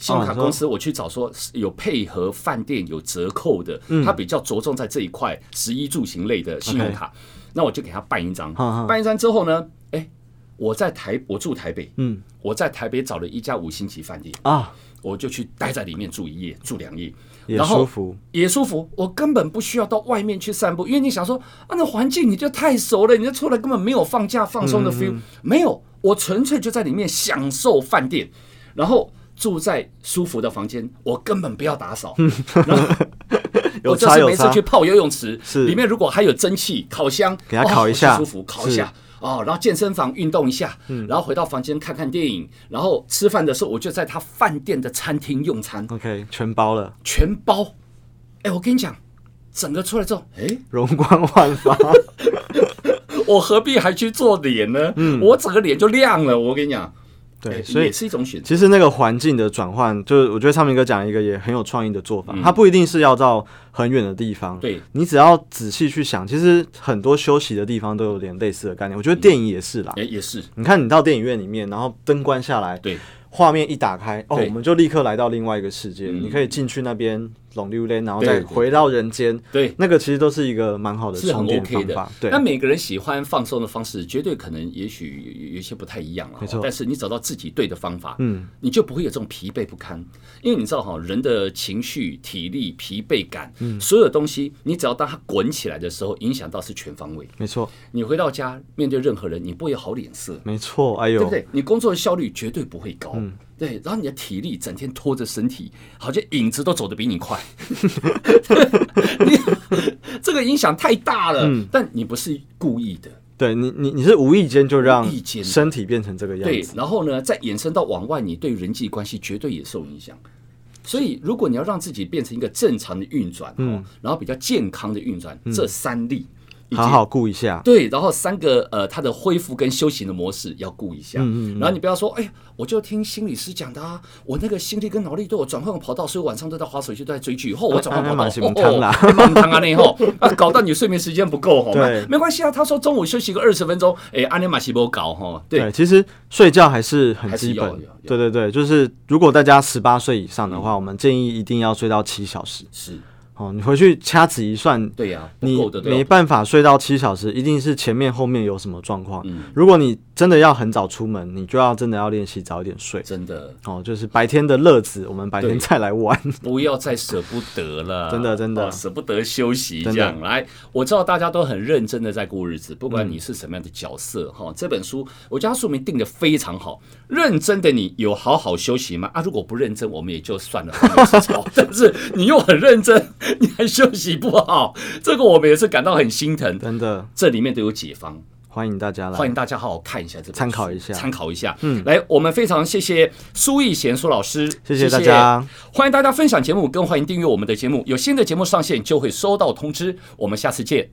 [SPEAKER 1] 信用
[SPEAKER 2] 哦
[SPEAKER 1] 卡
[SPEAKER 2] 你说
[SPEAKER 1] 公司，我去找说有配合饭店有折扣的，
[SPEAKER 2] 嗯
[SPEAKER 1] 它比较着重在这一块食衣住行类的信用
[SPEAKER 2] OK
[SPEAKER 1] 卡，那我就给他办一张。
[SPEAKER 2] 哈哈，
[SPEAKER 1] 办一张之后呢，哎，我在台我住台北，
[SPEAKER 2] 嗯
[SPEAKER 1] 我在台北找了一家五星级饭店，
[SPEAKER 2] 啊，
[SPEAKER 1] 我就去待在里面住一夜，住两夜，
[SPEAKER 2] 也
[SPEAKER 1] 然后
[SPEAKER 2] 舒服，
[SPEAKER 1] 也舒服。我根本不需要到外面去散步，因为你想说啊，那环境你就太熟了，你就出来根本没有放假放松
[SPEAKER 2] 嗯
[SPEAKER 1] 的 feel，、没有，我纯粹就在里面享受饭店，然后。住在舒服的房间，我根本不要打扫，
[SPEAKER 2] 有
[SPEAKER 1] 我就
[SPEAKER 2] 差
[SPEAKER 1] 是
[SPEAKER 2] [laughs] 有
[SPEAKER 1] 每次
[SPEAKER 2] 差
[SPEAKER 1] 去，泡游泳池，
[SPEAKER 2] 是
[SPEAKER 1] 里面如果还有蒸汽、烤箱，
[SPEAKER 2] 给它
[SPEAKER 1] 哦
[SPEAKER 2] 烤一下嗯
[SPEAKER 1] 我就舒服，烤一下。哦，然后健身房运动一下，然后回到房间看看电影，然后吃饭的时候我就在他饭店的餐厅用餐，
[SPEAKER 2] OK，全包了，
[SPEAKER 1] 全包。哎，我跟你讲，整个出来之后，哎，
[SPEAKER 2] 容光焕发。
[SPEAKER 1] 我何必还去做脸呢？我整个脸就亮了。我跟你讲，哎
[SPEAKER 2] 嗯对，所以
[SPEAKER 1] 也是一种选择。
[SPEAKER 2] 其实那个环境的转换，就是我觉得昌明哥讲一个也很有创意的做法，它不一定是要到很远的地方，
[SPEAKER 1] 嗯对
[SPEAKER 2] 你只要仔细去想，其实很多休息的地方都有点类似的概念。我觉得电影也是啦，
[SPEAKER 1] 哎，也是，
[SPEAKER 2] 你看你到电影院里面，然后灯关下来，
[SPEAKER 1] 对，
[SPEAKER 2] 画面一打开，哦，
[SPEAKER 1] 对
[SPEAKER 2] 我们就立刻来到另外一个世界，
[SPEAKER 1] 嗯
[SPEAKER 2] 你可以进去那边拢溜溜，然后
[SPEAKER 1] 对
[SPEAKER 2] 再回到人间，
[SPEAKER 1] 对，
[SPEAKER 2] 那个其实都是一个蛮好的
[SPEAKER 1] 是很
[SPEAKER 2] 充电方
[SPEAKER 1] OK 的
[SPEAKER 2] 法，。对
[SPEAKER 1] 那，每个人喜欢放松的方式，绝对可能也许有有一些不太一样了。啊
[SPEAKER 2] 没错
[SPEAKER 1] 但是你找到自己对的方法，
[SPEAKER 2] 嗯，
[SPEAKER 1] 你就不会有这种疲惫不堪。因为你知道哈，人的情绪、体力、疲惫感，所有东西，你只要当它滚起来的时候，影响到是全方位。
[SPEAKER 2] 没错，
[SPEAKER 1] 你回到家面对任何人，你不会有好脸色。
[SPEAKER 2] 没错，哎呦，
[SPEAKER 1] 对不对？你工作的效率绝对不会高，
[SPEAKER 2] 嗯
[SPEAKER 1] 对。然后你的体力整天拖着身体，好像影子都走得比你快，
[SPEAKER 2] [laughs]
[SPEAKER 1] 你这个影响太大了。
[SPEAKER 2] 嗯
[SPEAKER 1] 但你不是故意的，
[SPEAKER 2] 对你，你你是无意间就让
[SPEAKER 1] 无意间的
[SPEAKER 2] 身体变成这个样
[SPEAKER 1] 对
[SPEAKER 2] 子，。
[SPEAKER 1] 然后呢，再延伸到往外，你对人际关系绝对也受影响。所以，如果你要让自己变成一个正常的运转，
[SPEAKER 2] 嗯
[SPEAKER 1] 哦，然后比较健康的运转，这三例，以及
[SPEAKER 2] 好好顾一下。
[SPEAKER 1] 对，然后三个呃，它的恢复跟修行的模式要顾一下。
[SPEAKER 2] 嗯
[SPEAKER 1] 然后你不要说，哎呀，我就听心理师讲的啊，我那个心力跟脑力都有转换跑道，所以晚上都在划手机，都在追剧。后我转换跑
[SPEAKER 2] 那
[SPEAKER 1] 道，
[SPEAKER 2] 那是不通啦
[SPEAKER 1] 哦，满堂啊那吼啊，搞到你睡眠时间不够吼。
[SPEAKER 2] 对
[SPEAKER 1] 没关系啊，他说中午休息个二十分钟，哎，阿尼玛西波搞哈，对，
[SPEAKER 2] 其实睡觉还是很
[SPEAKER 1] 还是
[SPEAKER 2] 基
[SPEAKER 1] 要
[SPEAKER 2] 本
[SPEAKER 1] 要要。
[SPEAKER 2] 对对对，就是如果大家十八岁以上的
[SPEAKER 1] 嗯
[SPEAKER 2] 话，我们建议一定要睡到七小时。
[SPEAKER 1] 是，
[SPEAKER 2] 哦，你回去掐指一算，
[SPEAKER 1] 对呀，不
[SPEAKER 2] 你
[SPEAKER 1] 够的
[SPEAKER 2] 没
[SPEAKER 1] 对吧。
[SPEAKER 2] 办法睡到七小时，一定是前面后面有什么状况
[SPEAKER 1] 嗯。
[SPEAKER 2] 如果你真的要很早出门，你就要真的要练习早一点睡。
[SPEAKER 1] 真的
[SPEAKER 2] 哦，就是白天的乐子，我们白
[SPEAKER 1] 对
[SPEAKER 2] 天再来玩。
[SPEAKER 1] 不要再舍不得了，
[SPEAKER 2] 真的真的
[SPEAKER 1] 哦舍不得休息这
[SPEAKER 2] 真的嗯
[SPEAKER 1] 样。来，我知道大家都很认真的在过日子，不管你是什么样的角色哈、这本书我觉得它书名定的非常好，认真的你有好好休息吗？啊，如果不认真，我们也就算了，换个职场
[SPEAKER 2] [laughs]
[SPEAKER 1] 但是你又很认真，你还休息不好，这个我们也是感到很心疼。
[SPEAKER 2] 真的，
[SPEAKER 1] 这里面都有解方，
[SPEAKER 2] 欢迎大家来
[SPEAKER 1] 欢。迎大家好好看一下这本书，
[SPEAKER 2] 参考一下
[SPEAKER 1] 参考一下。嗯，来，我们非常谢谢苏逸贤苏老师，
[SPEAKER 2] 谢谢大家
[SPEAKER 1] 欢迎大家分享节目，更欢迎订阅我们的节目，有新的节目上线就会收到通知。我们下次见，